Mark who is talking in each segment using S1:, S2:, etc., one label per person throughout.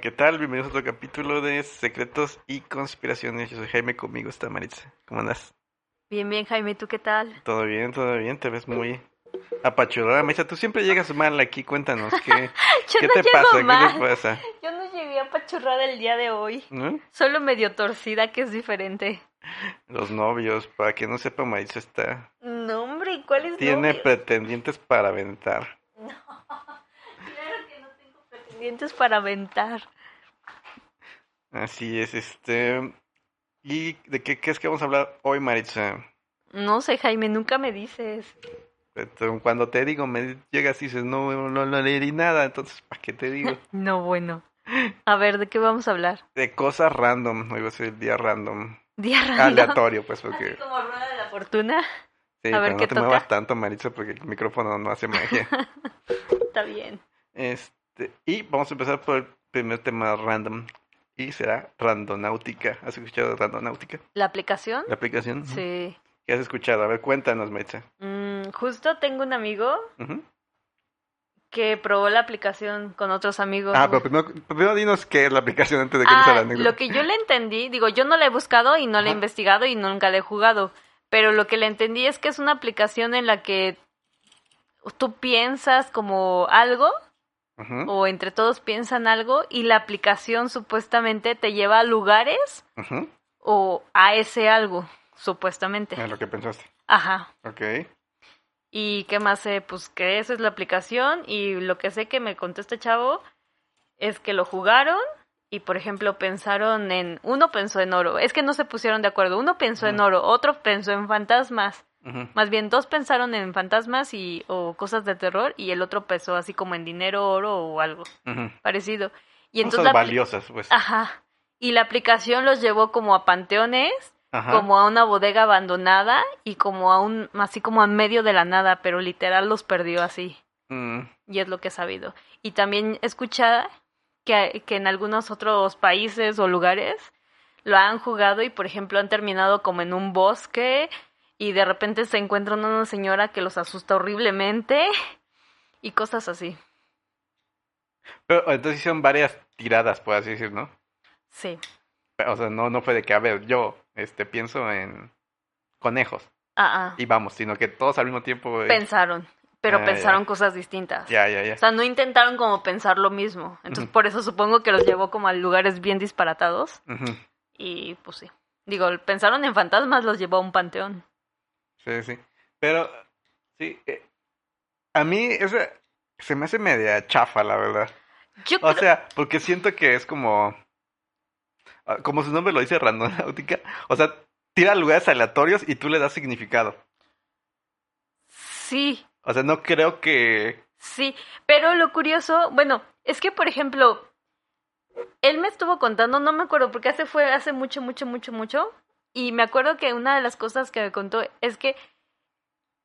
S1: ¿qué tal? Bienvenidos a otro capítulo de Secretos y Conspiraciones. Yo soy Jaime, conmigo está Maritza. ¿Cómo andas?
S2: Bien, bien, Jaime, ¿tú qué tal?
S1: Todo bien, todo bien, te ves muy apachurrada. Mecha, tú siempre llegas mal aquí, cuéntanos, ¿qué,
S2: Yo
S1: ¿qué
S2: no
S1: te
S2: llego
S1: pasa?
S2: mal.
S1: ¿Qué te pasa?
S2: Yo no llegué apachurrada el día de hoy.
S1: ¿No?
S2: Solo medio torcida, que es diferente.
S1: Los novios, para que no sepa, Maritza está...
S2: No, hombre, ¿cuál es
S1: Tiene
S2: novio?
S1: pretendientes para aventar.
S2: Claro que no tengo pretendientes para aventar.
S1: Así es, este... ¿Y de qué crees que vamos a hablar hoy, Maritza?
S2: No sé, Jaime, nunca me dices.
S1: Entonces, Cuando te digo, me llegas y dices, no, no, no, no leí nada, entonces, ¿para qué te digo?
S2: No, bueno. A ver, ¿de qué vamos a hablar?
S1: De cosas random, hoy va a ser el día random.
S2: Día random.
S1: Aleatorio, pues, porque...
S2: Como rueda de la fortuna.
S1: Sí,
S2: A ver
S1: pero no
S2: qué
S1: te
S2: toca.
S1: muevas tanto, Maritza, porque el micrófono no hace magia.
S2: Está bien.
S1: este, y vamos a empezar por el primer tema random. Y será Randonáutica. ¿Has escuchado de Randonáutica?
S2: ¿La aplicación?
S1: ¿La aplicación?
S2: Sí.
S1: ¿Qué has escuchado? A ver, cuéntanos, Maritza.
S2: Mm, justo tengo un amigo
S1: Ujú.
S2: que probó la aplicación con otros amigos.
S1: Ah, pero primero, primero dinos qué es la aplicación antes de que nos
S2: Ah,
S1: la anécdota.
S2: lo que yo le entendí, digo, yo no la he buscado y no la he
S1: Ajá.
S2: investigado y nunca la he jugado, pero lo que le entendí es que es una aplicación en la que tú piensas como algo
S1: Ujú,
S2: o entre todos piensan algo y la aplicación supuestamente te lleva a lugares
S1: ujú.
S2: o a ese algo, supuestamente.
S1: Es lo que pensaste.
S2: Ajá.
S1: Ok.
S2: ¿Y qué más sé? Pues que esa es la aplicación y lo que sé que me contó este chavo es que lo jugaron y, por ejemplo, pensaron en... Uno pensó en oro, es que no se pusieron de acuerdo. Uno pensó en
S1: Ujú.
S2: oro, otro pensó en fantasmas.
S1: Ujú.
S2: Más bien, dos pensaron en fantasmas y o cosas de terror y el otro pensó así como en dinero, oro o algo
S1: Ujú.
S2: parecido. Y entonces...
S1: Cosas
S2: la Ah, apli-
S1: valiosas, pues.
S2: Ajá. Y la aplicación los llevó como a panteones
S1: Ajá.
S2: como a una bodega abandonada y como a un, así como a medio de la nada, pero literal los perdió así.
S1: Mm,
S2: Y es lo que he sabido. Y también escuchada que, que en algunos otros países o lugares lo han jugado y, por ejemplo, han terminado como en un bosque y de repente se encuentran una señora que los asusta horriblemente y cosas así.
S1: Pero entonces hicieron varias tiradas, por así decir, ¿no?
S2: Sí.
S1: O sea, no, no fue de que, a ver, yo este, pienso en conejos
S2: Ah, ah.
S1: y vamos, sino que todos al mismo tiempo. eh,
S2: Pensaron, pero
S1: Ah, ya.
S2: pensaron cosas distintas.
S1: ya, ya, ya.
S2: O sea, no intentaron como pensar lo mismo. Entonces,
S1: Ujú.
S2: por eso supongo que los llevó como a lugares bien disparatados.
S1: Ujú.
S2: Y pues sí. Digo, pensaron en fantasmas, los llevó a un panteón.
S1: Sí, sí. Pero, sí. eh, a mí esa se me hace media chafa, la verdad.
S2: Yo
S1: O
S2: creo-
S1: sea, porque siento que es como. ah, Como su nombre lo dice, randonáutica. O sea, tira a lugares aleatorios y tú le das significado.
S2: sí,
S1: O sea, no creo que.
S2: sí. Pero lo curioso, bueno, es que por ejemplo, él me estuvo contando, no me acuerdo, porque hace fue hace mucho, mucho, mucho, mucho. Y me acuerdo que una de las cosas que me contó es que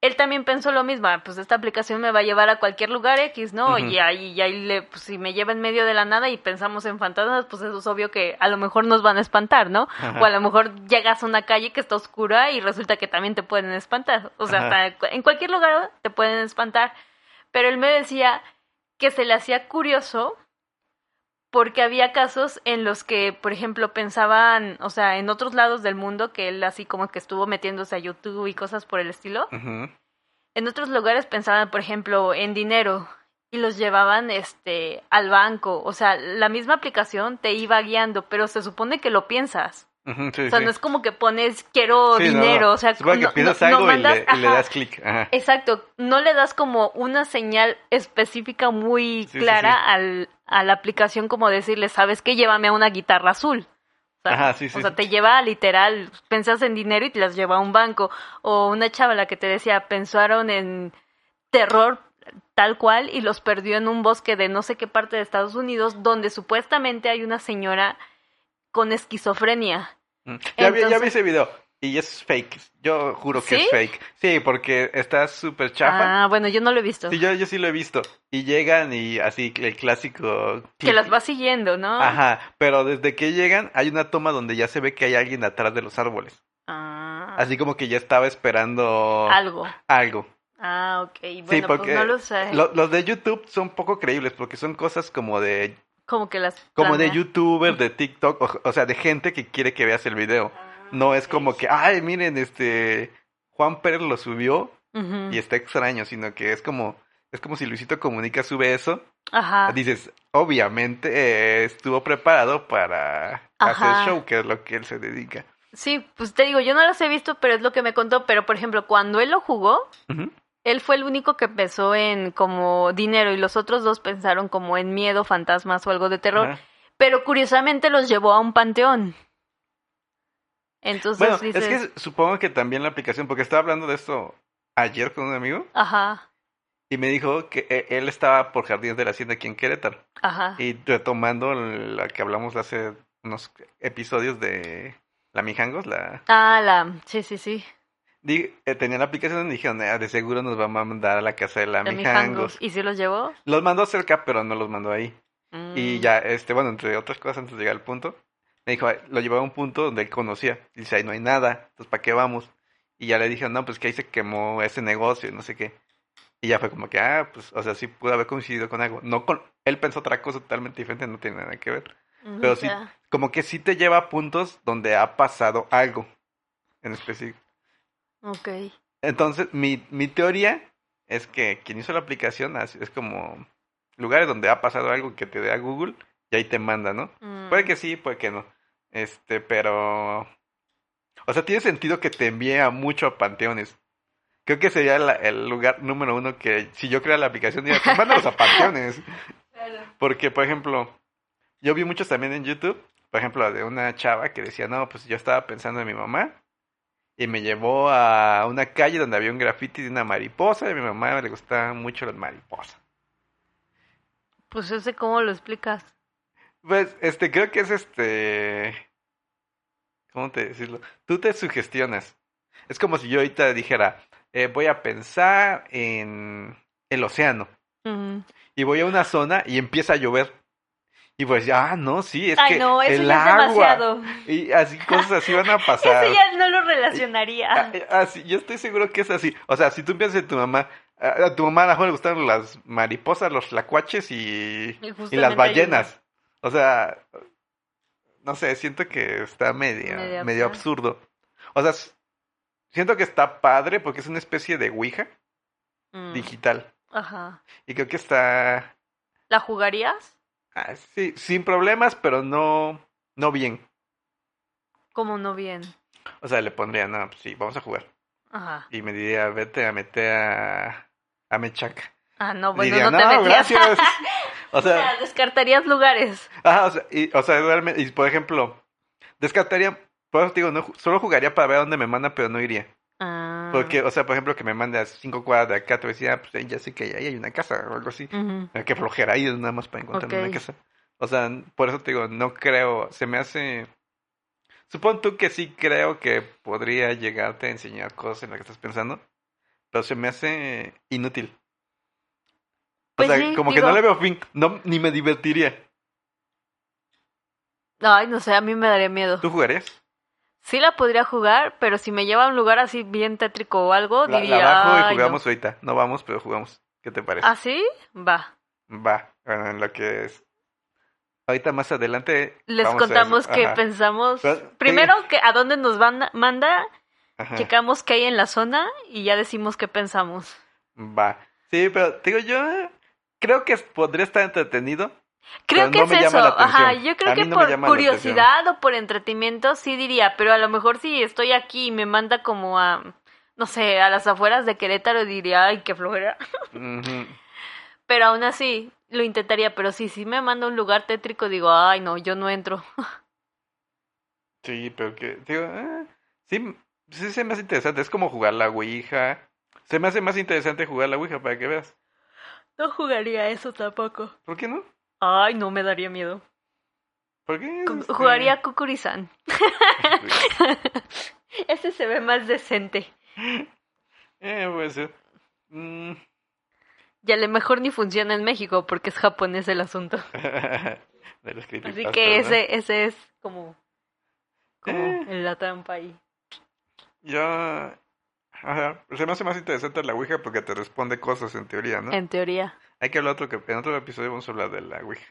S2: él también pensó lo mismo, "Ah, pues esta aplicación me va a llevar a cualquier lugar X, ¿no?
S1: Ujú.
S2: Y ahí, y ahí le, pues, si me lleva en medio de la nada y pensamos en fantasmas, pues eso es obvio que a lo mejor nos van a espantar, ¿no? O a lo mejor llegas a una calle que está oscura y resulta que también te pueden espantar. O sea,
S1: Ajá.
S2: hasta en cualquier lugar te pueden espantar. Pero él me decía que se le hacía curioso porque había casos en los que, por ejemplo, pensaban, o sea, en otros lados del mundo, que él así como que estuvo metiéndose a YouTube y cosas por el estilo,
S1: Ujú.
S2: en otros lugares pensaban, por ejemplo, en dinero y los llevaban este al banco, o sea, la misma aplicación te iba guiando, pero se supone que lo piensas.
S1: Ujú, sí,
S2: O sea,
S1: sí.
S2: no es como que pones quiero
S1: Sí, no,
S2: dinero,
S1: no.
S2: o sea,
S1: Supongo que
S2: no,
S1: piensas
S2: no- no
S1: algo
S2: mandas-
S1: y, le, y le
S2: ajá. Eh,
S1: das clic. Ajá.
S2: Exacto, no le das como una señal específica muy
S1: Sí, sí,
S2: clara
S1: sí.
S2: Al, a la aplicación como decirle, ¿sabes qué? Llévame a una guitarra azul. O sea,
S1: Ajá, sí, sí,
S2: o sea,
S1: sí.
S2: te lleva literal, pensas en dinero y te las lleva a un banco. O una chava la que te decía, pensaron en terror tal cual y los perdió en un bosque de no sé qué parte de Estados Unidos donde supuestamente hay una señora con esquizofrenia.
S1: Mm. Ya, vi, ya vi
S2: Entonces-
S1: ese video. Y es fake. Yo juro
S2: ¿Sí?
S1: que es fake. Sí, porque está súper chafa.
S2: Ah, bueno, yo no lo he visto.
S1: Sí, yo, yo sí lo he visto. Y llegan y así el clásico.
S2: Que
S1: clic.
S2: las va siguiendo, ¿no?
S1: Ajá, pero desde que llegan hay una toma donde ya se ve que hay alguien atrás de los árboles.
S2: Ah,
S1: Así como que ya estaba esperando
S2: algo.
S1: algo.
S2: Ah, ok. Bueno,
S1: sí, porque
S2: pues no lo sé.
S1: lo- los de YouTube son poco creíbles porque son cosas como de
S2: Como que las.
S1: Como de
S2: planea.
S1: youtuber, de TikTok, o, o sea, de gente que quiere que veas el video.
S2: Ah,
S1: No es como que, ay, miren, este Juan Pérez lo subió
S2: Ujú.
S1: y está extraño, sino que es como es como si Luisito Comunica sube eso,
S2: Ajá.
S1: dices, obviamente eh, estuvo preparado para
S2: Ajá.
S1: hacer show, que es lo que él se dedica.
S2: Sí, pues te digo, yo no las he visto, pero es lo que me contó. Pero, por ejemplo, cuando él lo jugó,
S1: Ujú.
S2: él fue el único que pensó en como dinero y los otros dos pensaron como en miedo, fantasmas o algo de terror.
S1: Ajá.
S2: Pero curiosamente los llevó a un panteón. Entonces
S1: Bueno,
S2: pues dices,
S1: es que supongo que también la aplicación, porque estaba hablando de esto ayer con un amigo
S2: ajá,
S1: y me dijo que eh, él estaba por Jardines de la Hacienda aquí en Querétaro.
S2: ajá,
S1: Y retomando la que hablamos hace unos episodios de La Mijangos, la,
S2: ah, la, sí, sí, sí,
S1: di- eh, tenían la aplicación y dijeron, "Ah, de seguro nos va a mandar a la casa de La
S2: de
S1: Mijangos.
S2: Mijangos. y sí los llevó.
S1: Los mandó cerca, pero no los mandó ahí. Y
S2: Mm,
S1: ya, este, bueno, entre otras cosas, antes de llegar al punto, me dijo, "Ay, lo llevaba a un punto donde él conocía. Y dice, ahí no hay nada, entonces, ¿para qué vamos? Y ya le dijeron, no, pues que ahí se quemó ese negocio, y no sé qué. Y ya fue como que, ah, pues, o sea, sí pudo haber coincidido con algo. No con, él pensó otra cosa totalmente diferente, no tiene nada que ver.
S2: mm,
S1: pero sí-
S2: ya.
S1: Como que sí te lleva a puntos donde ha pasado algo en específico.
S2: Ok.
S1: Entonces, mi, mi teoría es que quien hizo la aplicación así- es como lugares donde ha pasado algo que te dé a Google y ahí te manda, ¿no?
S2: mm,
S1: Puede que sí, puede que no. Este, pero... O sea, tiene sentido que te envíe a mucho a panteones. Creo que sería la- el lugar número uno que si yo crea la aplicación diría, pues, mándalos a panteones. Porque, por ejemplo, yo vi muchos también en YouTube, por ejemplo, de una chava que decía, no, pues yo estaba pensando en mi mamá y me llevó a una calle donde había un graffiti de una mariposa y a mi mamá le gustaban mucho las mariposas.
S2: Pues yo sé cómo lo explicas.
S1: Pues, este, creo que es este... ¿Cómo te decirlo? Tú te sugestionas. Es como si yo ahorita dijera, eh, voy a pensar en el océano
S2: Mm.
S1: y voy a una zona y empieza a llover. Y pues, ah, no, sí, es
S2: Ay,
S1: que
S2: no, eso
S1: el
S2: ya es
S1: agua...
S2: demasiado.
S1: Y así cosas así van a pasar.
S2: Eso ya ah. no lo relacionaría.
S1: A- a- Así, yo estoy seguro que es así. O sea, si tú piensas en tu mamá, a, a tu mamá a lo mejor le gustaron las mariposas, los tlacuaches y,
S2: Y
S1: y las
S2: justamente hay
S1: ballenas. O sea, no sé, siento que está media,
S2: Medio
S1: medio absurdo. O sea, s- siento que está padre porque es una especie de Ouija
S2: una. Mm,
S1: digital.
S2: Ajá.
S1: Y creo que está
S2: ¿La jugarías?
S1: ah, sí, sin problemas, pero no, no bien.
S2: Como no bien.
S1: O sea, le pondría, no, pues sí, vamos a jugar.
S2: Ajá.
S1: Y me diría, vete a meter a, a Mechaca.
S2: Ah, no, bueno,
S1: diría,
S2: no te metías.
S1: gracias. O
S2: O sea,
S1: sea,
S2: descartarías lugares.
S1: ajá, o sea, y, o sea, realmente, y por ejemplo, descartaría, por eso te digo, no, ju- solo jugaría para ver a dónde me manda, pero no iría.
S2: Ah.
S1: Porque, o sea, por ejemplo, que me mande a cinco cuadras de acá, te decía, ah, pues ahí ya sé que ahí hay una casa o algo así.
S2: Ujú.
S1: Ah, Qué flojera ahí, nada más para encontrar
S2: Ok.
S1: una casa. O sea, n- por eso te digo, no creo, se me hace... Supón tú que sí creo que podría llegarte a enseñar cosas en las que estás pensando, pero se me hace inútil. O
S2: Pues
S1: sea,
S2: sí,
S1: como que
S2: digo-
S1: no le veo fin, no, ni me divertiría.
S2: Ay, no sé, a mí me daría miedo.
S1: ¿Tú jugarías?
S2: Sí la podría jugar, pero si me lleva a un lugar así bien tétrico o algo,
S1: La,
S2: diría.
S1: la bajo
S2: "Ay,
S1: y
S2: no".
S1: jugamos ahorita. No vamos, pero jugamos. ¿Qué te parece?
S2: ¿Ah, sí? Va.
S1: Va, bueno, en lo que es. Ahorita más adelante.
S2: Les
S1: vamos a eso.
S2: contamos que
S1: Ajá,
S2: pensamos.
S1: Pero-
S2: Primero, que a dónde nos van- manda,
S1: ajá.
S2: checamos qué hay en la zona y ya decimos qué pensamos.
S1: Va. Sí, pero te digo, yo eh, creo que podría estar entretenido.
S2: Creo
S1: Pero
S2: que
S1: no
S2: es
S1: me llama
S2: eso.
S1: la atención.
S2: Ajá, yo creo
S1: A
S2: que
S1: mí no me
S2: por
S1: llama la
S2: curiosidad o por entretenimiento sí diría, pero a lo mejor si estoy aquí y me manda como a, no sé, a las afueras de Querétaro diría, ay, qué flojera.
S1: Ujú.
S2: Pero aún así lo intentaría, pero si sí me manda a un lugar tétrico digo, ay, no, yo no entro.
S1: Sí, pero que. Digo, ah, sí, sí se me hace interesante. Es como jugar la Ouija. Se me hace más interesante jugar la Ouija para que veas.
S2: No jugaría eso tampoco.
S1: ¿Por qué no?
S2: Ay, no, me daría miedo.
S1: ¿Por qué?
S2: Cu-
S1: Este,
S2: Jugaría a Kukurizan. Ese se ve más decente.
S1: Eh, puede ser. Mm.
S2: Y a lo mejor ni funciona en México porque es japonés el asunto.
S1: De los
S2: Así
S1: creepypastas,
S2: que
S1: ¿no?
S2: ese, ese es como, como
S1: Eh.
S2: la trampa ahí.
S1: Yo. Ajá. Se me hace más interesante la Ouija porque te responde cosas en teoría, ¿no?
S2: En teoría.
S1: Hay que hablar otro que... en otro episodio vamos a hablar de la Ouija.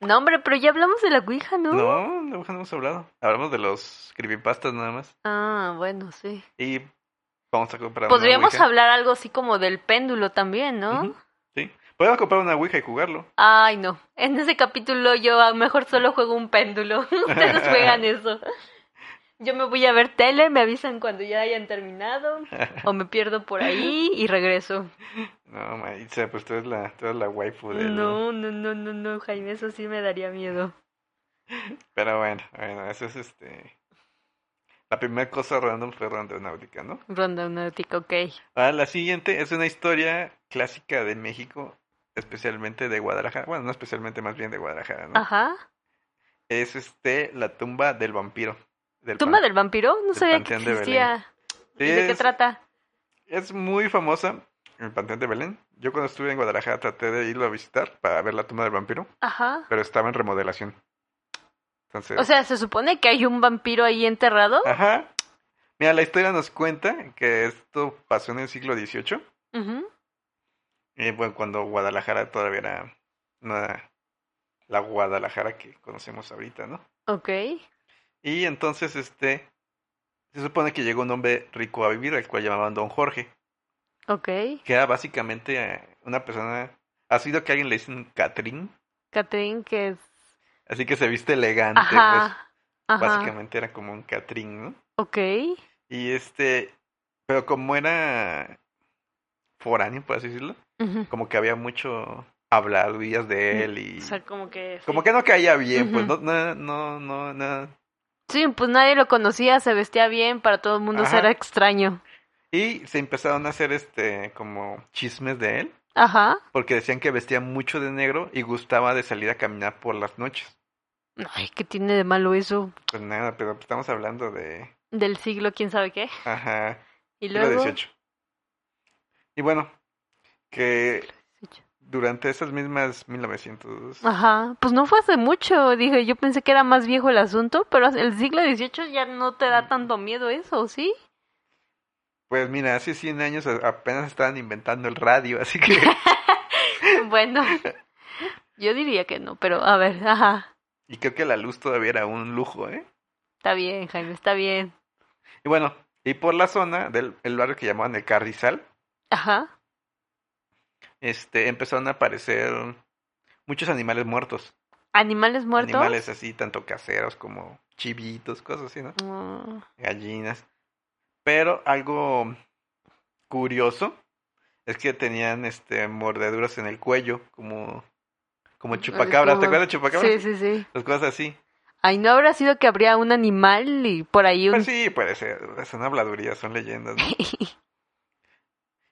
S2: No, hombre, pero ya hablamos de la Ouija, ¿no?
S1: No, no hemos hablado. Hablamos de los creepypastas nada más.
S2: Ah, bueno, sí.
S1: Y vamos a comprar una
S2: Podríamos
S1: Ouija.
S2: hablar algo así como del péndulo también, ¿no?
S1: Ujú, Sí. Podemos comprar una Ouija y jugarlo.
S2: Ay, no. En ese capítulo yo a lo mejor solo juego un péndulo. Ustedes juegan eso. Yo me voy a ver tele, me avisan cuando ya hayan terminado. O me pierdo por ahí y regreso.
S1: No, Maritza, pues tú eres la, tú eres la waifu del...
S2: No, no, no, no, no, Jaime, eso sí me daría miedo.
S1: Pero bueno, bueno, eso es este... La primera cosa random fue random náutica, ¿no?
S2: Ronda náutica, ok.
S1: Ahora, Ah, la siguiente es una historia clásica de México, especialmente de Guadalajara. Bueno, no especialmente, más bien de Guadalajara, ¿no?
S2: Ajá.
S1: Es este, la tumba del vampiro. Del
S2: ¿Tumba
S1: pan-
S2: del vampiro? No
S1: del
S2: sabía que
S1: Panteón de Belén.
S2: existía. ¿Y de qué
S1: Es-
S2: trata?
S1: Es muy famosa en el Panteón de Belén. Yo cuando estuve en Guadalajara traté de irlo a visitar para ver la tumba del vampiro,
S2: Ajá.
S1: pero estaba en remodelación. Entonces...
S2: O sea, se supone que hay un vampiro ahí enterrado.
S1: Ajá. Mira, la historia nos cuenta que esto pasó en el siglo XVIII,
S2: Ujú.
S1: eh, bueno, cuando Guadalajara todavía era una- la Guadalajara que conocemos ahorita, ¿no?
S2: Ok.
S1: Y entonces, este, se supone que llegó un hombre rico a vivir, al cual llamaban Don Jorge,
S2: Ok.
S1: que era básicamente eh, una persona, ha sido que alguien le dicen Catrín,
S2: Catherine, que es.
S1: así que se viste elegante, pues,
S2: Ajá. Ajá.
S1: básicamente era como un Catrín, ¿no?
S2: Ok.
S1: Y este, pero como era foráneo, por así decirlo,
S2: Ujú.
S1: como que había mucho habladurías de él y
S2: O sea, como que.
S1: como que no caía bien, pues no,
S2: Ujú.
S1: no, no, no, no.
S2: Sí, pues nadie lo conocía, se vestía bien, para todo el mundo
S1: Ajá.
S2: era extraño.
S1: Y se empezaron a hacer este como chismes de él,
S2: Ajá.
S1: porque decían que vestía mucho de negro y gustaba de salir a caminar por las noches.
S2: Ay, ¿qué tiene de malo eso?
S1: Pues nada, pero estamos hablando de
S2: Del siglo, quién sabe qué.
S1: ajá,
S2: Y
S1: siglo
S2: luego.
S1: XVIII. Y bueno, que durante esas mismas 1900
S2: Ajá. Pues no fue hace mucho, dije. Yo pensé que era más viejo el asunto, pero el siglo XVIII ya no te da tanto miedo eso, ¿sí?
S1: Pues mira, hace 100 años a- apenas estaban inventando el radio, así que
S2: Bueno. Yo diría que no, pero a ver, ajá.
S1: y creo que la luz todavía era un lujo, ¿eh?
S2: Está bien, Jaime, está bien.
S1: Y bueno, y por la zona del el barrio que llamaban el Carrizal,
S2: Ajá.
S1: este, empezaron a aparecer muchos animales muertos.
S2: ¿Animales muertos?
S1: Animales así, tanto caseros como chivitos, cosas así, ¿no?
S2: Mm.
S1: Gallinas. Pero algo curioso es que tenían este mordeduras en el cuello, como, como chupacabras.
S2: como-
S1: ¿Te acuerdas de chupacabras?
S2: Sí, sí, sí.
S1: Las cosas así.
S2: Ay, ¿no habrá sido que habría un animal y por ahí un...
S1: Pues sí, puede ser. Son habladurías, son leyendas, ¿no?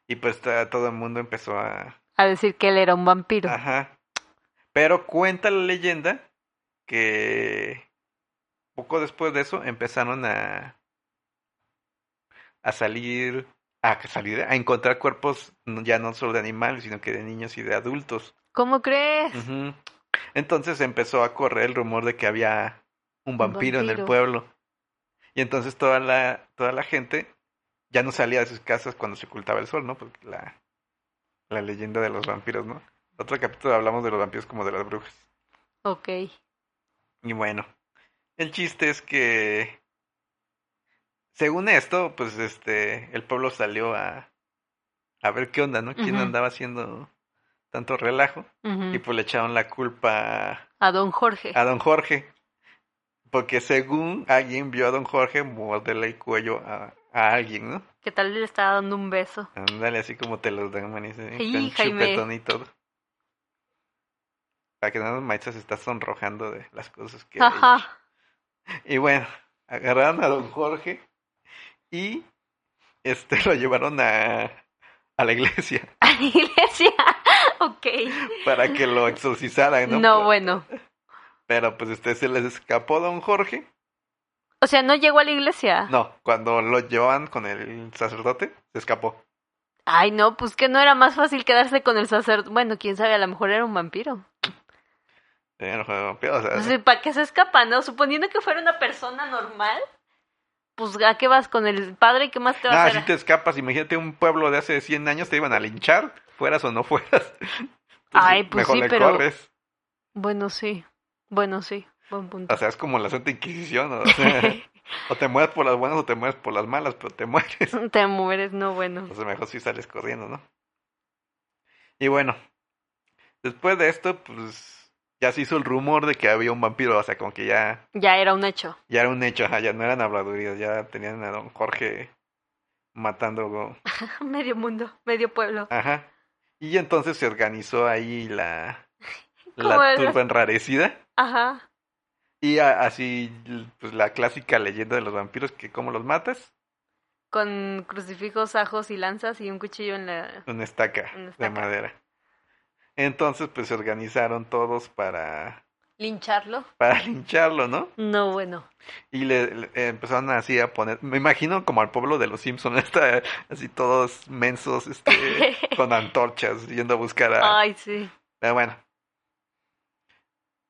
S1: Y pues ta- todo el mundo empezó a,
S2: a decir que él era un vampiro?
S1: Ajá. Pero cuenta la leyenda que poco después de eso empezaron a a salir a salir a encontrar cuerpos no- ya no solo de animales, sino que de niños y de adultos.
S2: ¿Cómo crees?
S1: Ujú. Entonces empezó a correr el rumor de que había un vampiro, en el
S2: vampiro.
S1: pueblo. Y entonces toda la toda la gente ya no salía de sus casas cuando se ocultaba el sol, ¿no? Porque la la leyenda de los vampiros, ¿no? Otro capítulo hablamos de los vampiros como de las brujas.
S2: Ok.
S1: Y bueno, el chiste es que, según esto, pues este, el pueblo salió a, a ver qué onda, ¿no?
S2: Ujú.
S1: ¿Quién
S2: Mm.
S1: andaba haciendo tanto relajo?
S2: Ujú.
S1: Y Ah. pues le echaron la culpa
S2: A don Jorge.
S1: a don Jorge. Porque según alguien vio a don Jorge morderle el cuello a, a alguien, ¿no?
S2: ¿Qué tal le estaba dando un beso?
S1: Ándale, así como te los dan, maní, así,
S2: Sí,
S1: con
S2: Jaime.
S1: chupetón y todo. Para que nada más Maritza se está sonrojando de las cosas que ha hecho.
S2: Ajá.
S1: Y bueno, agarraron a don Jorge y este lo llevaron a, a la iglesia
S2: A la iglesia. ok.
S1: para que lo exorcizaran, ¿no?
S2: No, bueno.
S1: Pero pues este se les escapó don Jorge.
S2: O sea, no llegó a la iglesia.
S1: No, cuando lo llevaban con el sacerdote, se escapó.
S2: Ay, no, pues que no era más fácil quedarse con el sacerdote. Bueno, quién sabe, a lo mejor era un vampiro.
S1: Tenía los ojos golpeados, o sea,
S2: O sea, ¿Para qué se escapa, no? Suponiendo que fuera una persona normal, pues ¿a qué vas con el padre? ¿Qué más te va a
S1: nada,
S2: hacer?
S1: si Ah, te escapas, imagínate un pueblo de hace 100 años te iban a linchar, fueras o no fueras. Entonces,
S2: Ay, pues
S1: mejor
S2: sí,
S1: le
S2: pero-
S1: corres.
S2: Bueno, sí. Bueno, sí, buen punto.
S1: O sea, es como la Santa Inquisición. O, sea, o te mueres por las buenas o te mueres por las malas, pero te mueres.
S2: Te mueres, no bueno.
S1: Entonces mejor si sales corriendo, ¿no? Y bueno, después de esto, pues ya se hizo el rumor de que había un vampiro, o sea, como que ya,
S2: Ya era un hecho.
S1: ya era un hecho, ajá, ya no eran habladurías, ya tenían a don Jorge matando.
S2: Medio mundo, medio pueblo.
S1: Ajá. Y entonces se organizó ahí la,
S2: Como
S1: la
S2: el-
S1: turba enrarecida.
S2: Ajá.
S1: Y a- así, pues la clásica leyenda de los vampiros, que cómo los matas,
S2: Con crucifijos, ajos y lanzas y un cuchillo en la...
S1: una estaca,
S2: Una
S1: de
S2: estaca.
S1: madera. Entonces, pues se organizaron todos para,
S2: ¿Lincharlo?
S1: para lincharlo, ¿no?
S2: No bueno.
S1: Y le, le- eh, empezaron así a poner, me imagino como al pueblo de los Simpsons, está así todos mensos, este, con antorchas, yendo a buscar a...
S2: Ay, sí.
S1: Pero bueno.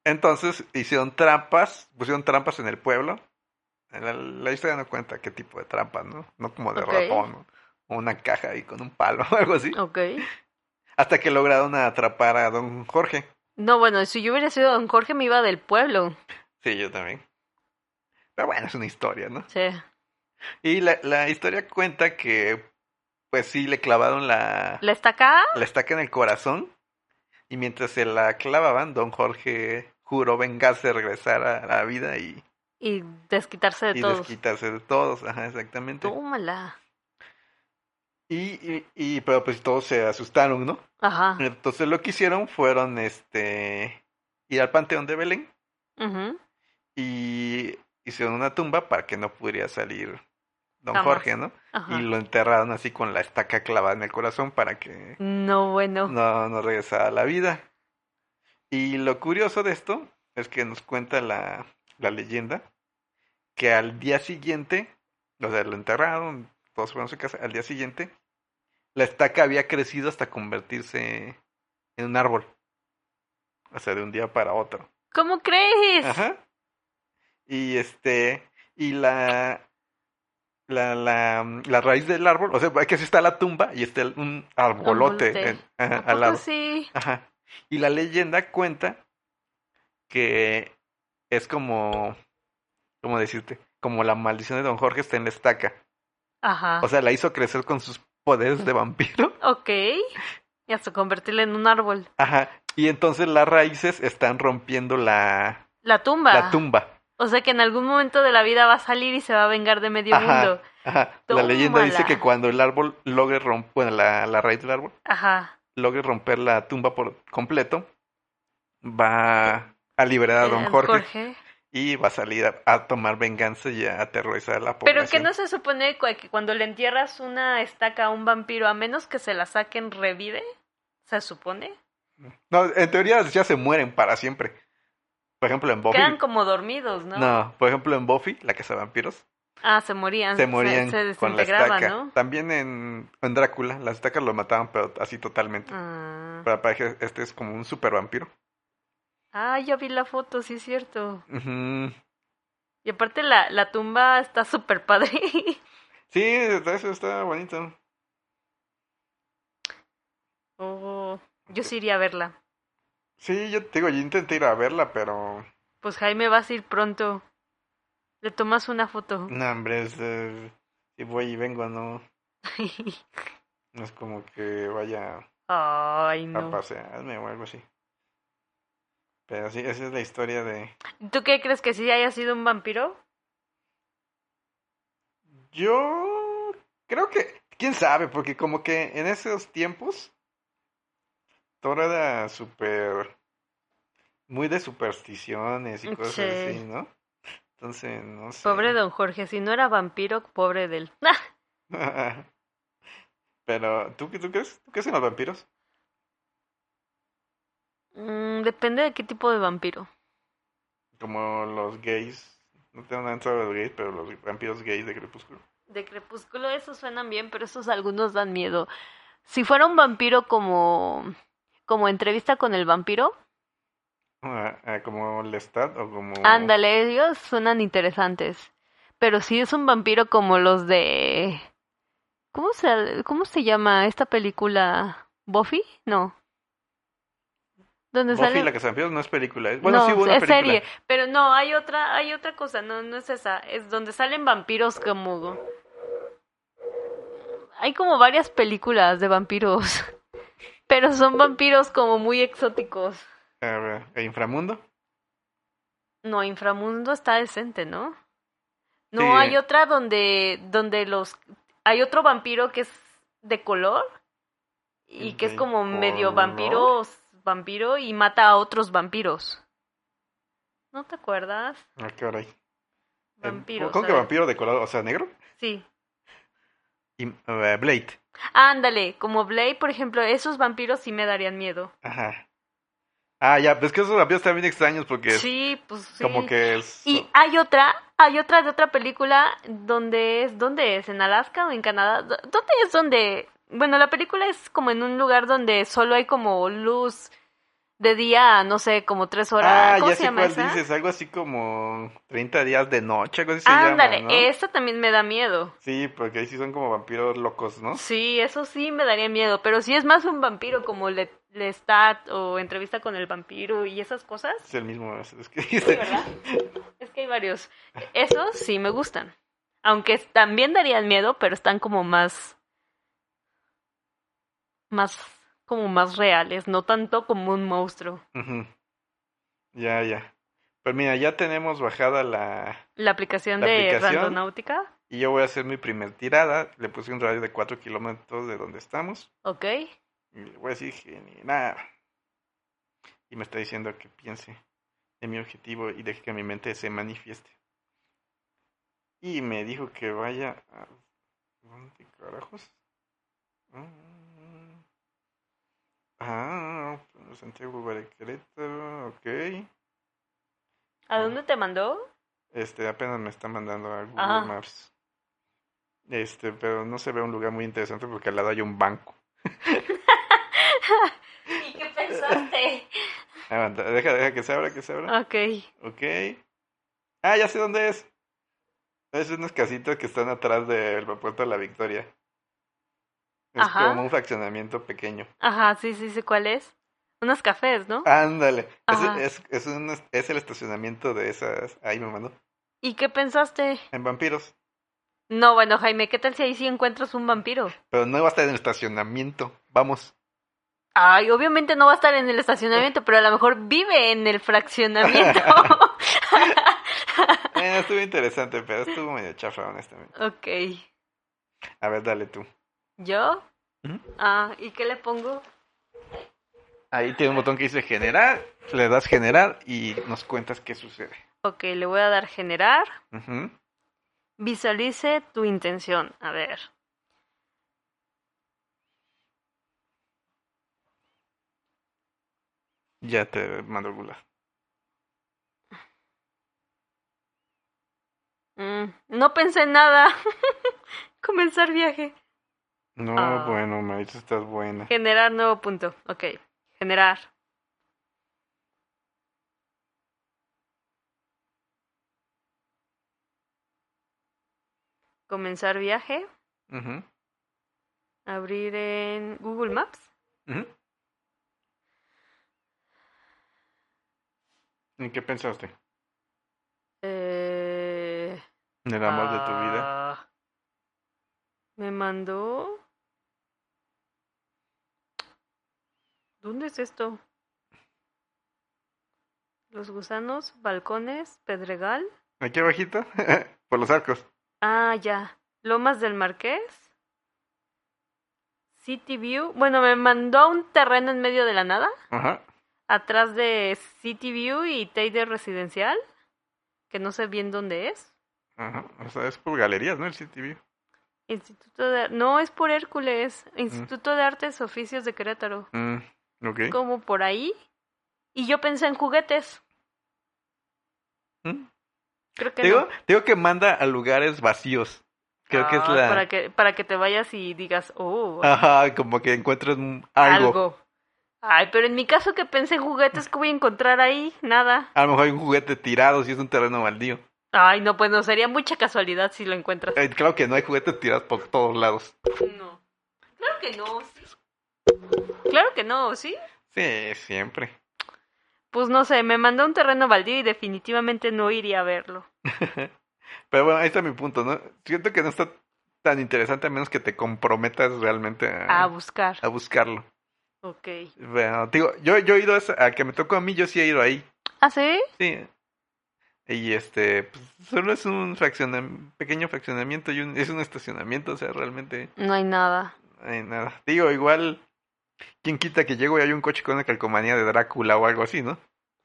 S1: Entonces hicieron trampas, pusieron trampas en el pueblo. La, la historia no cuenta qué tipo de trampas, ¿no? No como de
S2: Ok.
S1: ratón o una caja ahí con un palo o algo así.
S2: Ok.
S1: Hasta que lograron atrapar a don Jorge.
S2: No bueno, si yo hubiera sido don Jorge me iba del pueblo.
S1: Sí, yo también. Pero bueno, es una historia, ¿no?
S2: Sí.
S1: Y la, la historia cuenta que, pues sí, le clavaron la,
S2: ¿La estacada?
S1: la estaca en el corazón. Y mientras se la clavaban, don Jorge juró vengarse, regresar a la vida y
S2: Y desquitarse de
S1: y
S2: todos. Oh.
S1: desquitarse de todos, ajá, exactamente.
S2: Tómala.
S1: Y, y, y- pero pues todos se asustaron, ¿no?
S2: Ajá.
S1: Entonces lo que hicieron fueron este ir al panteón de Belén
S2: Ujú.
S1: y hicieron una tumba para que no pudiera salir don
S2: Jamás.
S1: Jorge, ¿no?
S2: Ajá.
S1: Y lo enterraron así con la estaca clavada en el corazón para que
S2: No bueno.
S1: no, no regresara a la vida. Y lo curioso de esto es que nos cuenta la, la leyenda que al día siguiente, o sea, lo enterraron, todos fueron a su casa, al día siguiente, la estaca había crecido hasta convertirse en un árbol. O sea, de un día para otro.
S2: ¿Cómo crees?
S1: Ajá. Y este, y la, la, la, la raíz del árbol, o sea, que así está la tumba y está el- un arbolote
S2: Arbolote.
S1: en- ajá,
S2: ¿A
S1: al
S2: poco
S1: lado.
S2: sí?
S1: Ajá. Y la leyenda cuenta que es como, ¿cómo decirte? Como la maldición de Don Jorge está en la estaca.
S2: Ajá.
S1: O sea, la hizo crecer con sus poderes de vampiro.
S2: ok. Y hasta convertirla en un árbol.
S1: Ajá. Y entonces las raíces están rompiendo la,
S2: La tumba.
S1: la tumba.
S2: O sea que en algún momento de la vida va a salir y se va a vengar de medio
S1: Ajá.
S2: mundo.
S1: Ajá. La leyenda dice
S2: Tómala.
S1: que cuando el árbol logre romper, la, la raíz del árbol
S2: Ajá.
S1: logre romper la tumba por completo, va a liberar a Don
S2: Eh,
S1: Jorge y va a salir a, a tomar venganza y a aterrorizar a la población.
S2: Pero que no se supone cu- que cuando le entierras una estaca a un vampiro, a menos que se la saquen, revive. ¿Se supone?
S1: No, en teoría ya se mueren para siempre. Por ejemplo, en Buffy.
S2: Quedan como dormidos, ¿no?
S1: ¿no? por ejemplo, en Buffy, la casa de vampiros,
S2: Ah, se morían.
S1: se morían
S2: se
S1: con la
S2: desintegraban,
S1: estaca.
S2: ¿no?
S1: También en, en Drácula, las estacas lo mataban, pero así totalmente.
S2: Ah.
S1: Pero parece que este es como un super vampiro.
S2: Ah, ya vi la foto, sí es cierto.
S1: Ujú.
S2: Y aparte la, la tumba está súper padre.
S1: Sí, eso está bonito.
S2: Oh, yo sí iría a verla.
S1: Sí, yo te digo, yo intenté ir a verla, pero...
S2: Pues Jaime vas a ir pronto. Le tomas una foto.
S1: No, hombre, es, eh, si voy y vengo, no, no es como que vaya...
S2: Ay,
S1: a
S2: no.
S1: pasearme o algo así. Pero sí, esa es la historia de...
S2: ¿Tú qué crees que sí haya sido un vampiro?
S1: Yo creo que... ¿Quién sabe? Porque como que en esos tiempos todo era súper... Muy de supersticiones y cosas
S2: Sí.
S1: así, ¿no? Entonces, no sé.
S2: Pobre don Jorge, si no era vampiro, pobre de él. Ah,
S1: Pero, ¿tú, qué- ¿tú crees? ¿Tú crees en los vampiros?
S2: Mm, depende de qué tipo de vampiro.
S1: Como los gays. No tengo nada en contra de los gays, pero los vampiros gays de Crepúsculo.
S2: De crepúsculo esos suenan bien, pero esos algunos dan miedo. Si fuera un vampiro como... como entrevista con el vampiro,
S1: Ah, ah, como Lestat o como...
S2: Ándale, ellos suenan interesantes. Pero si es un vampiro como los de... ¿Cómo se, cómo se llama esta película? ¿Buffy? No. Donde
S1: Buffy
S2: sale...
S1: la Casa de Vampiros no es película. ¿eh? Bueno,
S2: no,
S1: sí hubo una
S2: es
S1: película.
S2: serie, pero no, hay otra, hay otra cosa, no, no es esa, es donde salen vampiros como... Hay como varias películas de vampiros, pero son vampiros como muy exóticos.
S1: A ver, ¿e Inframundo.
S2: No, Inframundo está decente, ¿no? No,
S1: Sí.
S2: hay otra donde, donde los... Hay otro vampiro que es de color y
S1: ¿Es
S2: que es
S1: de
S2: como medio
S1: color?
S2: vampiro, vampiro y mata a otros vampiros. ¿No te acuerdas?
S1: Ah, caray. Eh,
S2: Vampiros.
S1: ¿Cómo
S2: a
S1: que
S2: ver.
S1: vampiro de color? O sea, negro.
S2: Sí.
S1: Y, eh, Blade.
S2: Ándale, como Blade, por ejemplo, esos vampiros sí me darían miedo.
S1: Ajá. Ah, ya, pues que esos vampiros están bien extraños porque es
S2: Sí, pues sí.
S1: como que es.
S2: Y hay otra, hay otra de otra película donde es, ¿dónde es? ¿En Alaska o en Canadá? ¿Dó- ¿Dónde es donde? Bueno, la película es como en un lugar donde solo hay como luz de día, no sé, como tres horas.
S1: ah,
S2: ¿Cómo
S1: ya
S2: se
S1: sé
S2: llama
S1: cuál
S2: esa?
S1: dices, algo así como 30 días de noche, algo así se llama,
S2: Ándale,
S1: ¿no?
S2: esa también me da miedo.
S1: Sí, porque ahí sí son como vampiros locos, ¿no?
S2: Sí, eso sí me daría miedo, pero si es más un vampiro como Le- Lestat o entrevista con el vampiro y esas cosas,
S1: Es el mismo, es es que
S2: Sí, ¿verdad? Es que hay varios. Esos sí me gustan. Aunque también darían miedo, pero están como más. Más. como más reales, no tanto como un monstruo.
S1: Ujú. Ya, ya. Pues mira, ya tenemos bajada la...
S2: La aplicación
S1: La
S2: de
S1: aplicación.
S2: Randonáutica,
S1: Y yo voy a hacer mi primer tirada. Le puse un radio de 4 kilómetros de donde estamos.
S2: ok.
S1: Y le voy a decir generar. Y me está diciendo que piense en mi objetivo y deje que mi mente se manifieste. Y me dijo que vaya a... ¿Dónde carajos? Mm. Ah, Santiago Guevara, Querétaro, ok.
S2: ¿A dónde te mandó?
S1: Este, apenas me está mandando a Google
S2: Ah.
S1: Maps. Este, pero no se ve un lugar muy interesante porque al lado hay un banco.
S2: ¿Y qué pensaste?
S1: Aguanta, Ah, deja, deja que se abra, que se abra.
S2: ok.
S1: Ok. Ah, ya sé dónde es. Es unas casitas que están atrás del puerto de la Victoria. Es
S2: Ajá.
S1: como un fraccionamiento pequeño.
S2: Ajá, sí, sí, sé cuál es. Unos cafés, ¿no?
S1: Ándale. Es,
S2: Ajá.
S1: es, es, un- es el estacionamiento de esas. Ahí me mandó.
S2: ¿Y qué pensaste?
S1: En vampiros.
S2: No, bueno, Jaime, ¿qué tal si ahí sí encuentras un vampiro?
S1: Pero no va a estar en el estacionamiento. Vamos.
S2: Ay, obviamente no va a estar en el estacionamiento, pero a lo mejor vive en el fraccionamiento.
S1: Eh, estuvo interesante, pero estuvo medio chafa, honestamente.
S2: ok.
S1: A ver, dale tú.
S2: ¿Yo?
S1: Ujú.
S2: Ah, ¿y qué le pongo?
S1: Ahí tiene un botón que dice generar. Le das generar y nos cuentas qué sucede.
S2: Ok, le voy a dar generar.
S1: Ujú.
S2: Visualice tu intención. A ver.
S1: Ya te mando el gulag.
S2: Mm, no pensé en nada. Comenzar viaje.
S1: No,
S2: Ah.
S1: bueno, Maritza, estás buena.
S2: Generar nuevo punto. Ok, generar. Comenzar viaje.
S1: Ujú,
S2: Abrir en Google Maps.
S1: ujú. ¿En qué pensaste?
S2: Eh,
S1: ¿En el amor de tu vida?
S2: ah, Me mandó. ¿Dónde es esto? Los gusanos, balcones, pedregal.
S1: ¿Aquí abajito? Por los arcos.
S2: Ah, ya. Lomas del Marqués. City View. Bueno, me mandó un terreno en medio de la nada.
S1: Ajá.
S2: atrás de City View y Teide Residencial, que no sé bien dónde es.
S1: Ajá. O sea, es por galerías, ¿no? El City View.
S2: Instituto de No, es por Hércules, Instituto de Artes Oficios de Querétaro.
S1: Mm, ok.
S2: Como por ahí. Y yo pensé en juguetes.
S1: Mm.
S2: Creo que
S1: Te digo,
S2: no.
S1: te digo que manda a lugares vacíos. Creo que es
S2: Ah,
S1: la...
S2: para que para que te vayas y digas, "Oh,
S1: Ajá, como que encuentras un-
S2: algo.
S1: algo.
S2: Ay, pero en mi caso que pensé en juguetes, ¿qué voy a encontrar ahí? Nada.
S1: A lo mejor hay un juguete tirado si es un terreno baldío.
S2: Ay, no, pues no, sería mucha casualidad si lo encuentras.
S1: Eh, claro que no hay juguetes tirados por todos lados.
S2: No. Claro que no, sí. Claro que no, sí.
S1: Sí, siempre.
S2: pues no sé, me mandó a un terreno baldío y definitivamente no iría a verlo.
S1: Pero bueno, ahí está mi punto, ¿no? Siento que no está tan interesante a menos que te comprometas realmente a,
S2: A buscar.
S1: a buscarlo.
S2: Ok.
S1: Bueno, te digo, yo, yo he ido a, esa- a que me tocó a mí, yo sí he ido ahí.
S2: ¿Ah, sí?
S1: Sí. Y este, pues, solo es un fraccionam- pequeño fraccionamiento y un- es un estacionamiento, o sea, realmente
S2: No hay nada.
S1: no hay nada. Digo, igual, ¿quién quita que llego y hay un coche con una calcomanía de Drácula o algo así, ¿no?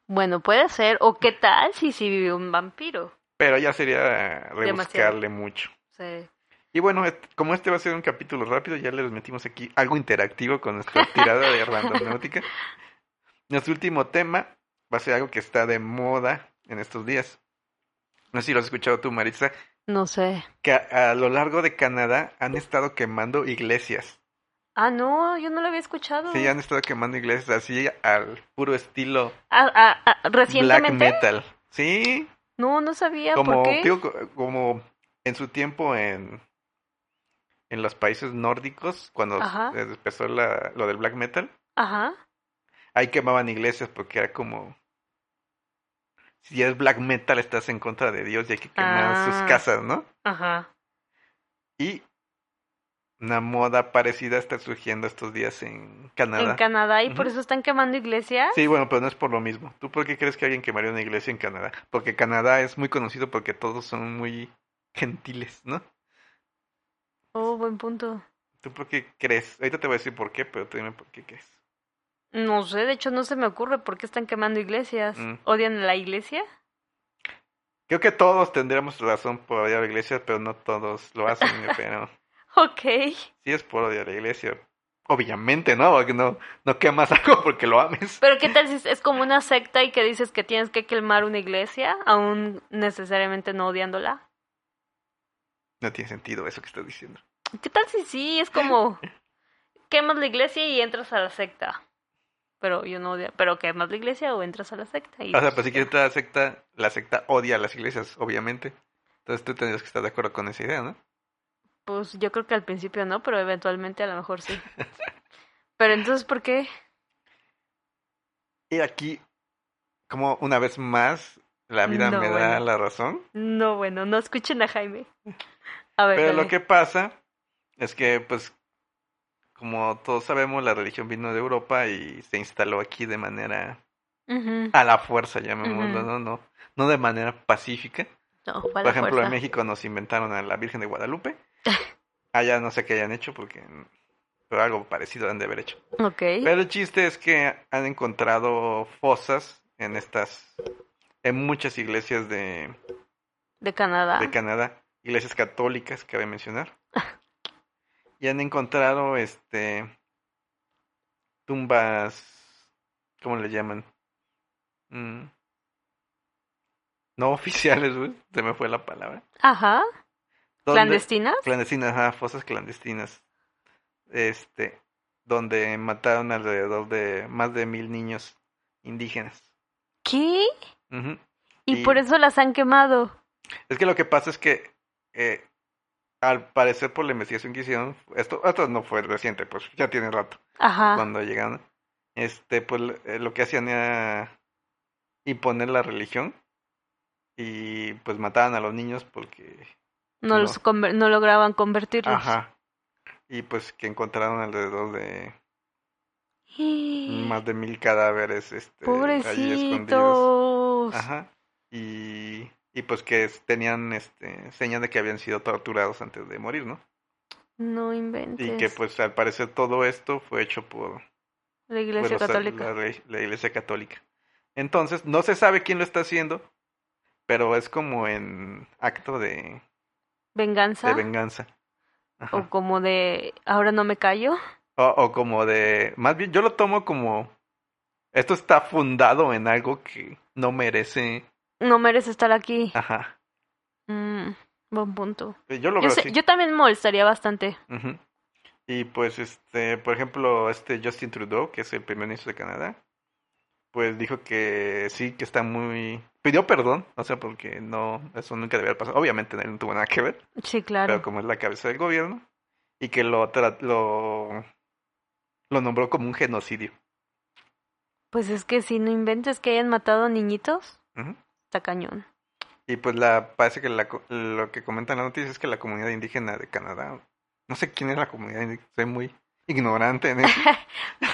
S2: Bueno, puede ser. ¿O qué tal si sí vive un vampiro?
S1: Pero ya sería eh, rebuscarle mucho.
S2: Sí.
S1: Y bueno, et- como este va a ser un capítulo rápido, ya les metimos aquí algo interactivo con nuestra tirada de randomnáutica. Nuestro último tema va a ser algo que está de moda en estos días. No sé si lo has escuchado tú, Maritza,
S2: No sé.
S1: que a, a lo largo de Canadá han estado quemando iglesias.
S2: Ah, no, yo no lo había escuchado.
S1: Sí, han estado quemando iglesias así al puro estilo
S2: Ah, ah, ah,
S1: black
S2: ¿Recientemente?
S1: metal. Sí,
S2: No, no sabía. ¿Por
S1: como,
S2: qué?
S1: digo, co- como en su tiempo en, en los países nórdicos, cuando
S2: Ajá.
S1: eh, empezó la- lo del black metal,
S2: Ajá.
S1: ahí quemaban iglesias porque era como, si es black metal estás en contra de Dios y hay que quemar
S2: Ah.
S1: sus casas, ¿no?
S2: Ajá.
S1: Y una moda parecida está surgiendo estos días en Canadá.
S2: En Canadá y por
S1: Ujú.
S2: eso están quemando iglesias.
S1: Sí, bueno, pero no es por lo mismo. ¿Tú por qué crees que alguien quemaría una iglesia en Canadá? Porque Canadá es muy conocido porque todos son muy gentiles, ¿no?
S2: Oh, buen punto.
S1: ¿Tú por qué crees? Ahorita te voy a decir por qué, pero tú dime por qué crees.
S2: No sé, de hecho no se me ocurre por qué están quemando iglesias.
S1: Mm.
S2: ¿Odian a la iglesia?
S1: Creo que todos tendríamos razón por odiar a la iglesia, pero no todos lo hacen, pero
S2: Ok.
S1: sí es por odiar a la iglesia. Obviamente, ¿no? Porque no, no quemas algo porque lo ames.
S2: Pero ¿qué tal si es- es como una secta y que dices que tienes que quemar una iglesia, aún necesariamente no odiándola?
S1: No tiene sentido eso que estás diciendo.
S2: ¿Qué tal si sí? Es como quemas la iglesia y entras a la secta. Pero yo no odio, pero quemas la iglesia o entras a la secta. Y
S1: O sea, pues si quieres la secta, la secta odia a las iglesias, obviamente. Entonces tú tendrías que estar de acuerdo con esa idea, ¿no?
S2: pues yo creo que al principio no, pero eventualmente a lo mejor sí. Pero entonces, ¿por qué?
S1: Y aquí, como una vez más, la vida
S2: No,
S1: me da
S2: bueno.
S1: la razón.
S2: No, bueno, no escuchen a Jaime. A ver,
S1: Pero
S2: dale.
S1: lo que pasa es que, pues, como todos sabemos, la religión vino de Europa y se instaló aquí de manera
S2: Ujú.
S1: a la fuerza, llamémoslo,
S2: Ujú.
S1: no, no, no de manera pacífica.
S2: No, fue a
S1: Por
S2: la
S1: ejemplo, en
S2: fuerza.
S1: México nos inventaron a la Virgen de Guadalupe. Allá no sé qué hayan hecho porque pero algo parecido han de haber hecho.
S2: Ok.
S1: Pero el chiste es que han encontrado fosas en estas, en muchas iglesias de,
S2: De Canadá.
S1: de Canadá, iglesias católicas, cabe mencionar. Y han encontrado este tumbas, ¿cómo le llaman? Mm, no oficiales, güey, se me fue la palabra.
S2: Ajá.
S1: Donde-
S2: ¿Clandestina?
S1: Clandestinas, ajá, fosas clandestinas. Este, donde mataron alrededor de más de mil niños indígenas.
S2: ¿Qué?
S1: Ujú.
S2: Y
S1: Y-
S2: por eso las han quemado.
S1: Es que lo que pasa es que, eh, al parecer por la investigación que hicieron, esto, esto no fue reciente, pues ya tiene rato,
S2: Ajá.
S1: cuando llegaron, este, pues eh, lo que hacían era imponer la religión y pues mataban a los niños porque,
S2: No,
S1: no.
S2: Los conver- no lograban convertirlos.
S1: ajá, y pues que encontraron alrededor de más de mil cadáveres, este, ahí escondidos.
S2: Pobrecitos.
S1: Ajá. Y, y pues que es- tenían este señal de que habían sido torturados antes de morir, ¿no?
S2: No
S1: Y
S2: inventes.
S1: que pues al parecer todo esto fue hecho por,
S2: la
S1: por
S2: iglesia
S1: los-
S2: católica.
S1: La, re- la iglesia católica. Entonces, no se sabe quién lo está haciendo, pero es como en acto de,
S2: Venganza.
S1: de venganza. Ajá.
S2: o como de ahora no me callo.
S1: O, o como de, más bien yo lo tomo como, esto está fundado en algo que no merece.
S2: No merece estar aquí.
S1: Ajá. Ah.
S2: Mm, buen punto.
S1: Yo lo
S2: Yo,
S1: veo
S2: sé-
S1: así.
S2: yo también me molestaría bastante.
S1: Ujú. Y pues, este, por ejemplo, este Justin Trudeau, que es el primer ministro de Canadá, pues dijo que sí, que está muy... Pidió perdón, o sea, porque no, eso nunca debía haber pasado. Obviamente no tuvo nada que ver,
S2: Sí,
S1: pero
S2: claro.
S1: como es la cabeza del gobierno, y que lo, tra- lo, lo nombró como un genocidio.
S2: Pues es que si no inventes que hayan matado a niñitos,
S1: Ujú.
S2: está cañón.
S1: Y pues la parece que la co- lo que comentan las noticias es que la comunidad indígena de Canadá, no sé quién es la comunidad indígena, soy muy ignorante en eso.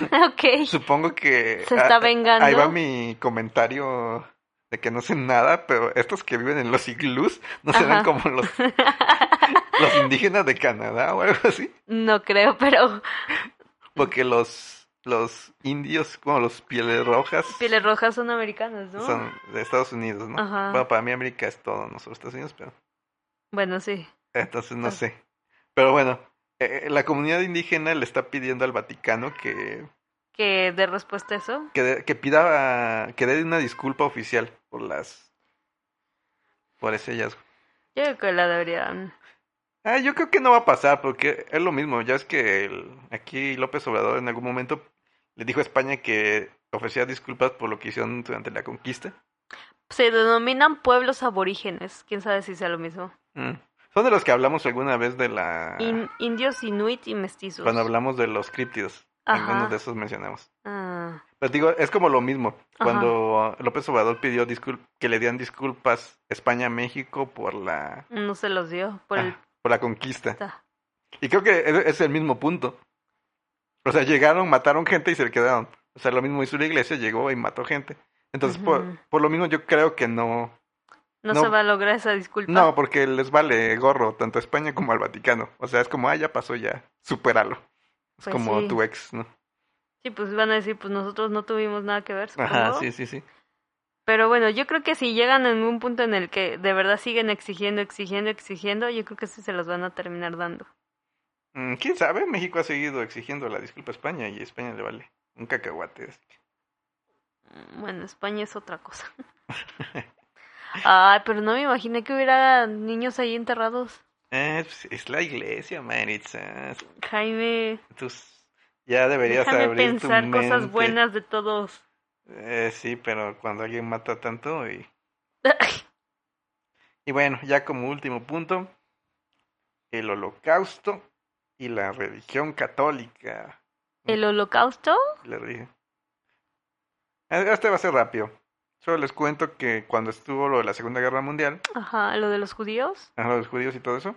S2: ok.
S1: Supongo que
S2: Se está
S1: ah,
S2: vengando.
S1: ahí va mi comentario de que no sé nada, pero estos que viven en los iglús no serán
S2: Ajá.
S1: como los, los indígenas de Canadá o algo así,
S2: No creo, pero
S1: porque los los indios, como los pieles rojas
S2: pieles rojas son americanas, ¿no?
S1: son de Estados Unidos, ¿no?
S2: Ajá.
S1: Bueno, para mí América es todo, no solo Estados Unidos, pero
S2: Bueno, sí.
S1: Entonces no
S2: Ah.
S1: sé. Pero bueno, eh, la comunidad indígena le está pidiendo al Vaticano que,
S2: Que de respuesta a eso.
S1: que, de- que pida, que dé una disculpa oficial por las... por ese hallazgo.
S2: Yo creo que la deberían.
S1: Ah, yo creo que no va a pasar porque es lo mismo. Ya es que el- aquí López Obrador en algún momento le dijo a España que ofrecía disculpas por lo que hicieron durante la conquista.
S2: Se denominan pueblos aborígenes. Quién sabe si sea lo mismo.
S1: Mm. Son de los que hablamos alguna vez de la...
S2: In- indios, inuit y mestizos.
S1: cuando hablamos de los críptidos.
S2: Ajá.
S1: Algunos de esos mencionamos.
S2: Ah,
S1: Pues digo, es como lo mismo. Cuando López Obrador pidió discul- que le dieran disculpas España a México por la,
S2: no se los dio por el.
S1: ah, por la conquista.
S2: Ta.
S1: Y creo que es, es el mismo punto. O sea, llegaron, mataron gente y se quedaron. O sea, lo mismo hizo la iglesia, llegó y mató gente. Entonces,
S2: Ujú.
S1: por, por lo mismo yo creo que no.
S2: No,
S1: No.
S2: se va a lograr esa disculpa.
S1: No, porque les vale gorro tanto a España como al Vaticano. O sea, es como, ah, ya pasó, ya, supéralo. Es
S2: Pues
S1: como
S2: sí.
S1: tu ex, ¿no?
S2: Sí, pues van a decir, pues nosotros no tuvimos nada que ver. supongo.
S1: Ajá, sí, sí, sí.
S2: Pero bueno, yo creo que si llegan en un punto en el que de verdad siguen exigiendo, exigiendo, exigiendo, yo creo que sí se los van a terminar dando.
S1: Mm, ¿Quién sabe? México ha seguido exigiendo la disculpa a España y a España le vale un cacahuate. así que-
S2: Mm, Bueno, España es otra cosa. Ay, pero no me imaginé que hubiera niños ahí enterrados.
S1: Eh, pues, es la iglesia, Maritza.
S2: Jaime,
S1: Tus- ya deberías
S2: déjame
S1: abrir tu
S2: pensar cosas
S1: mente.
S2: buenas de todos.
S1: Eh, sí, pero cuando alguien mata tanto y... Y bueno, ya como último punto, el holocausto y la religión católica.
S2: ¿El holocausto?
S1: Le dije. Eh, Este va a ser rápido. Solo les cuento que cuando estuvo lo de la Segunda Guerra Mundial,
S2: Ajá, lo de los judíos.
S1: a los judíos y todo eso.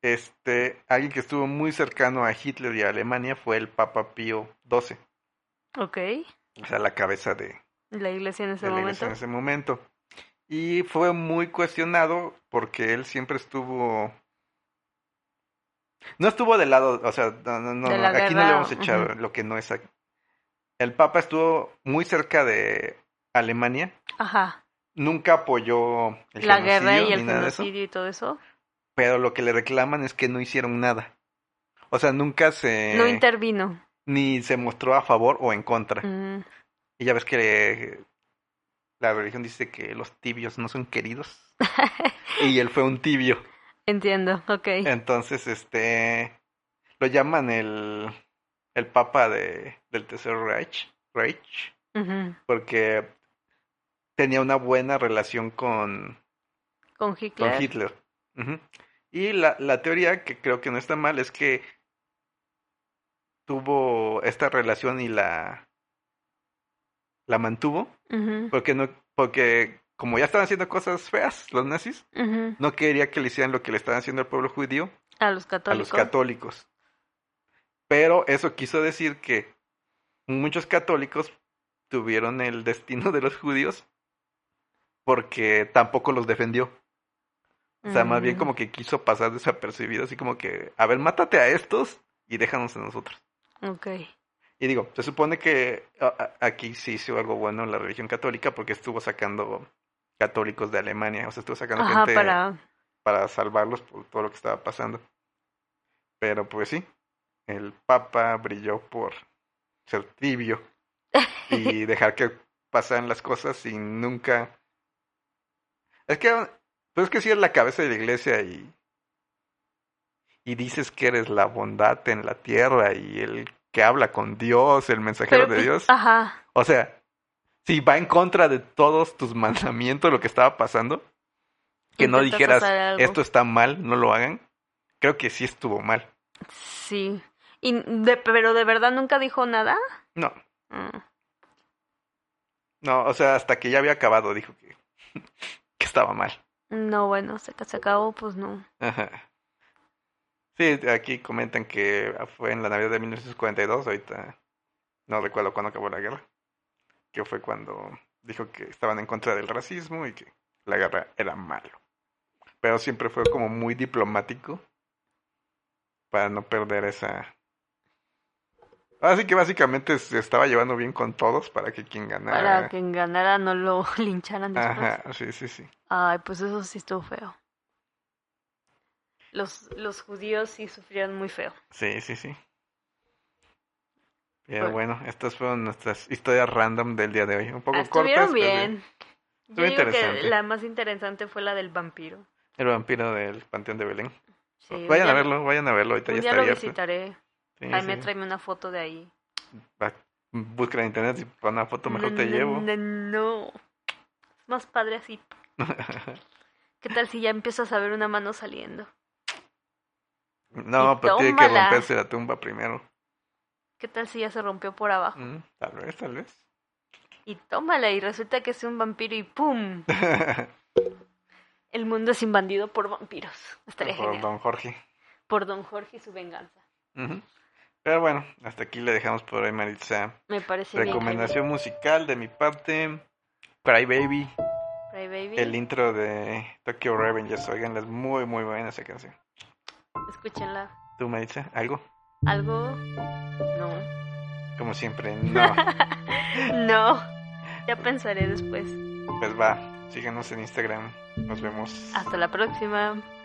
S1: Este, alguien que estuvo muy cercano a Hitler y a Alemania fue el Papa Pío XII,
S2: Ok.
S1: o sea, la cabeza de,
S2: La iglesia en ese
S1: de la
S2: momento.
S1: iglesia en ese momento. Y fue muy cuestionado porque él siempre estuvo... No estuvo del lado, o sea, no, no, no,
S2: De la
S1: aquí no le
S2: guerra,
S1: vamos a echar
S2: ujú.
S1: lo que no es... ac- El Papa estuvo muy cerca de Alemania,
S2: Ajá.
S1: nunca apoyó el
S2: La guerra y
S1: genocidio
S2: el
S1: ni nada de eso.
S2: genocidio y todo eso.
S1: pero lo que le reclaman es que no hicieron nada. O sea, nunca se...
S2: No intervino.
S1: ni se mostró a favor o en contra.
S2: Mm,
S1: Y ya ves que la religión dice que los tibios no son queridos. y él fue un tibio.
S2: entiendo, ok.
S1: Eh. Entonces, este... Lo llaman el... el papa de, del Tercer Reich. Reich.
S2: Ujú.
S1: Porque tenía una buena relación con
S2: Con Hitler.
S1: con Hitler. Ujú. Y la, la teoría, que creo que no está mal, es que tuvo esta relación y la, la mantuvo,
S2: Ujú,
S1: porque, no, porque como ya estaban haciendo cosas feas los nazis,
S2: ujú.
S1: no quería que le hicieran lo que le estaban haciendo al pueblo judío,
S2: A los
S1: a los
S2: católicos.
S1: católicos. Pero eso quiso decir que muchos católicos tuvieron el destino de los judíos porque tampoco los defendió. O sea, más bien
S2: Mm,
S1: como que quiso pasar desapercibido, así como que, a ver, mátate a estos y déjanos a nosotros.
S2: Ok.
S1: Y digo, se supone que a- a- aquí sí hizo algo bueno la religión católica porque estuvo sacando católicos de Alemania, o sea, estuvo sacando
S2: Ajá,
S1: gente para...
S2: para.
S1: salvarlos por todo lo que estaba pasando. Pero pues sí, el Papa brilló por ser tibio y dejar que pasaran las cosas sin nunca... Es que, pues es que si es la cabeza de la iglesia y, y dices que eres la bondad en la tierra y el que habla con Dios, el mensajero
S2: Pero,
S1: de
S2: pues,
S1: Dios.
S2: Ajá.
S1: O sea, si va en contra de todos tus mandamientos lo que estaba pasando, que no
S2: Intentas
S1: dijeras,
S2: hacer algo.
S1: esto está mal, no lo hagan, creo que sí estuvo mal.
S2: Sí. Y de- pero de verdad nunca dijo nada.
S1: No,
S2: Mm,
S1: No, o sea, hasta que ya había acabado, dijo que, que estaba mal.
S2: No, bueno, hasta que se acabó, pues no.
S1: Ajá. Sí, aquí comentan que fue en la Navidad de 1942, ahorita no recuerdo cuándo acabó la guerra, que fue cuando dijo que estaban en contra del racismo y que la guerra era malo. Pero siempre fue como muy diplomático para no perder esa... Así que básicamente se estaba llevando bien con todos para que quien ganara...
S2: Para que ganara no lo lincharan después.
S1: Ah. Ajá, sí, sí, sí.
S2: Ay, pues eso sí estuvo feo. Los, los judíos sí sufrieron muy feo.
S1: Sí, sí, sí. Pero
S2: Bueno.
S1: bueno. estas fueron nuestras historias random del día de hoy. Un poco
S2: Ah,
S1: cortas.
S2: Estuvieron
S1: pero
S2: bien. Yo
S1: Estuvo
S2: digo que
S1: interesante.
S2: la más interesante fue la del vampiro.
S1: El vampiro del Panteón de Belén.
S2: Sí, un
S1: vayan
S2: día-
S1: a verlo, vayan a verlo. Ahorita
S2: Un
S1: ya
S2: día
S1: está
S2: lo
S1: abierto.
S2: visitaré.
S1: Sí,
S2: Jaime,
S1: sí.
S2: tráeme una foto de ahí.
S1: Va, Busca en internet y pon una foto, mejor
S2: No,
S1: te
S2: no, No,
S1: llevo.
S2: Mm, no. Es más padre así. ¿Qué tal si ya empiezas a ver una mano saliendo?
S1: no,
S2: Y
S1: pero tiene que
S2: tómala.
S1: romperse la tumba primero.
S2: ¿Qué tal si ya se rompió por abajo?
S1: Mm, tal vez, tal vez.
S2: Y tómala, y resulta que es un vampiro y ¡pum! El mundo es invadido por vampiros. Estaría
S1: Por
S2: genial.
S1: don Jorge.
S2: Por Don Jorge y su venganza.
S1: Ujú. Pero bueno, hasta aquí le dejamos por hoy, Maritza.
S2: Me parece
S1: Recomendación musical de mi parte. Cry Baby.
S2: bien. Cry Baby.
S1: El intro de Tokyo Revengers, oiganla, es muy muy buena esa canción.
S2: Escúchenla.
S1: ¿Tú me dices algo?
S2: ¿Algo? No.
S1: Como siempre, no.
S2: No, ya pensaré después.
S1: pues va, síganos en Instagram. Nos vemos.
S2: Hasta la próxima.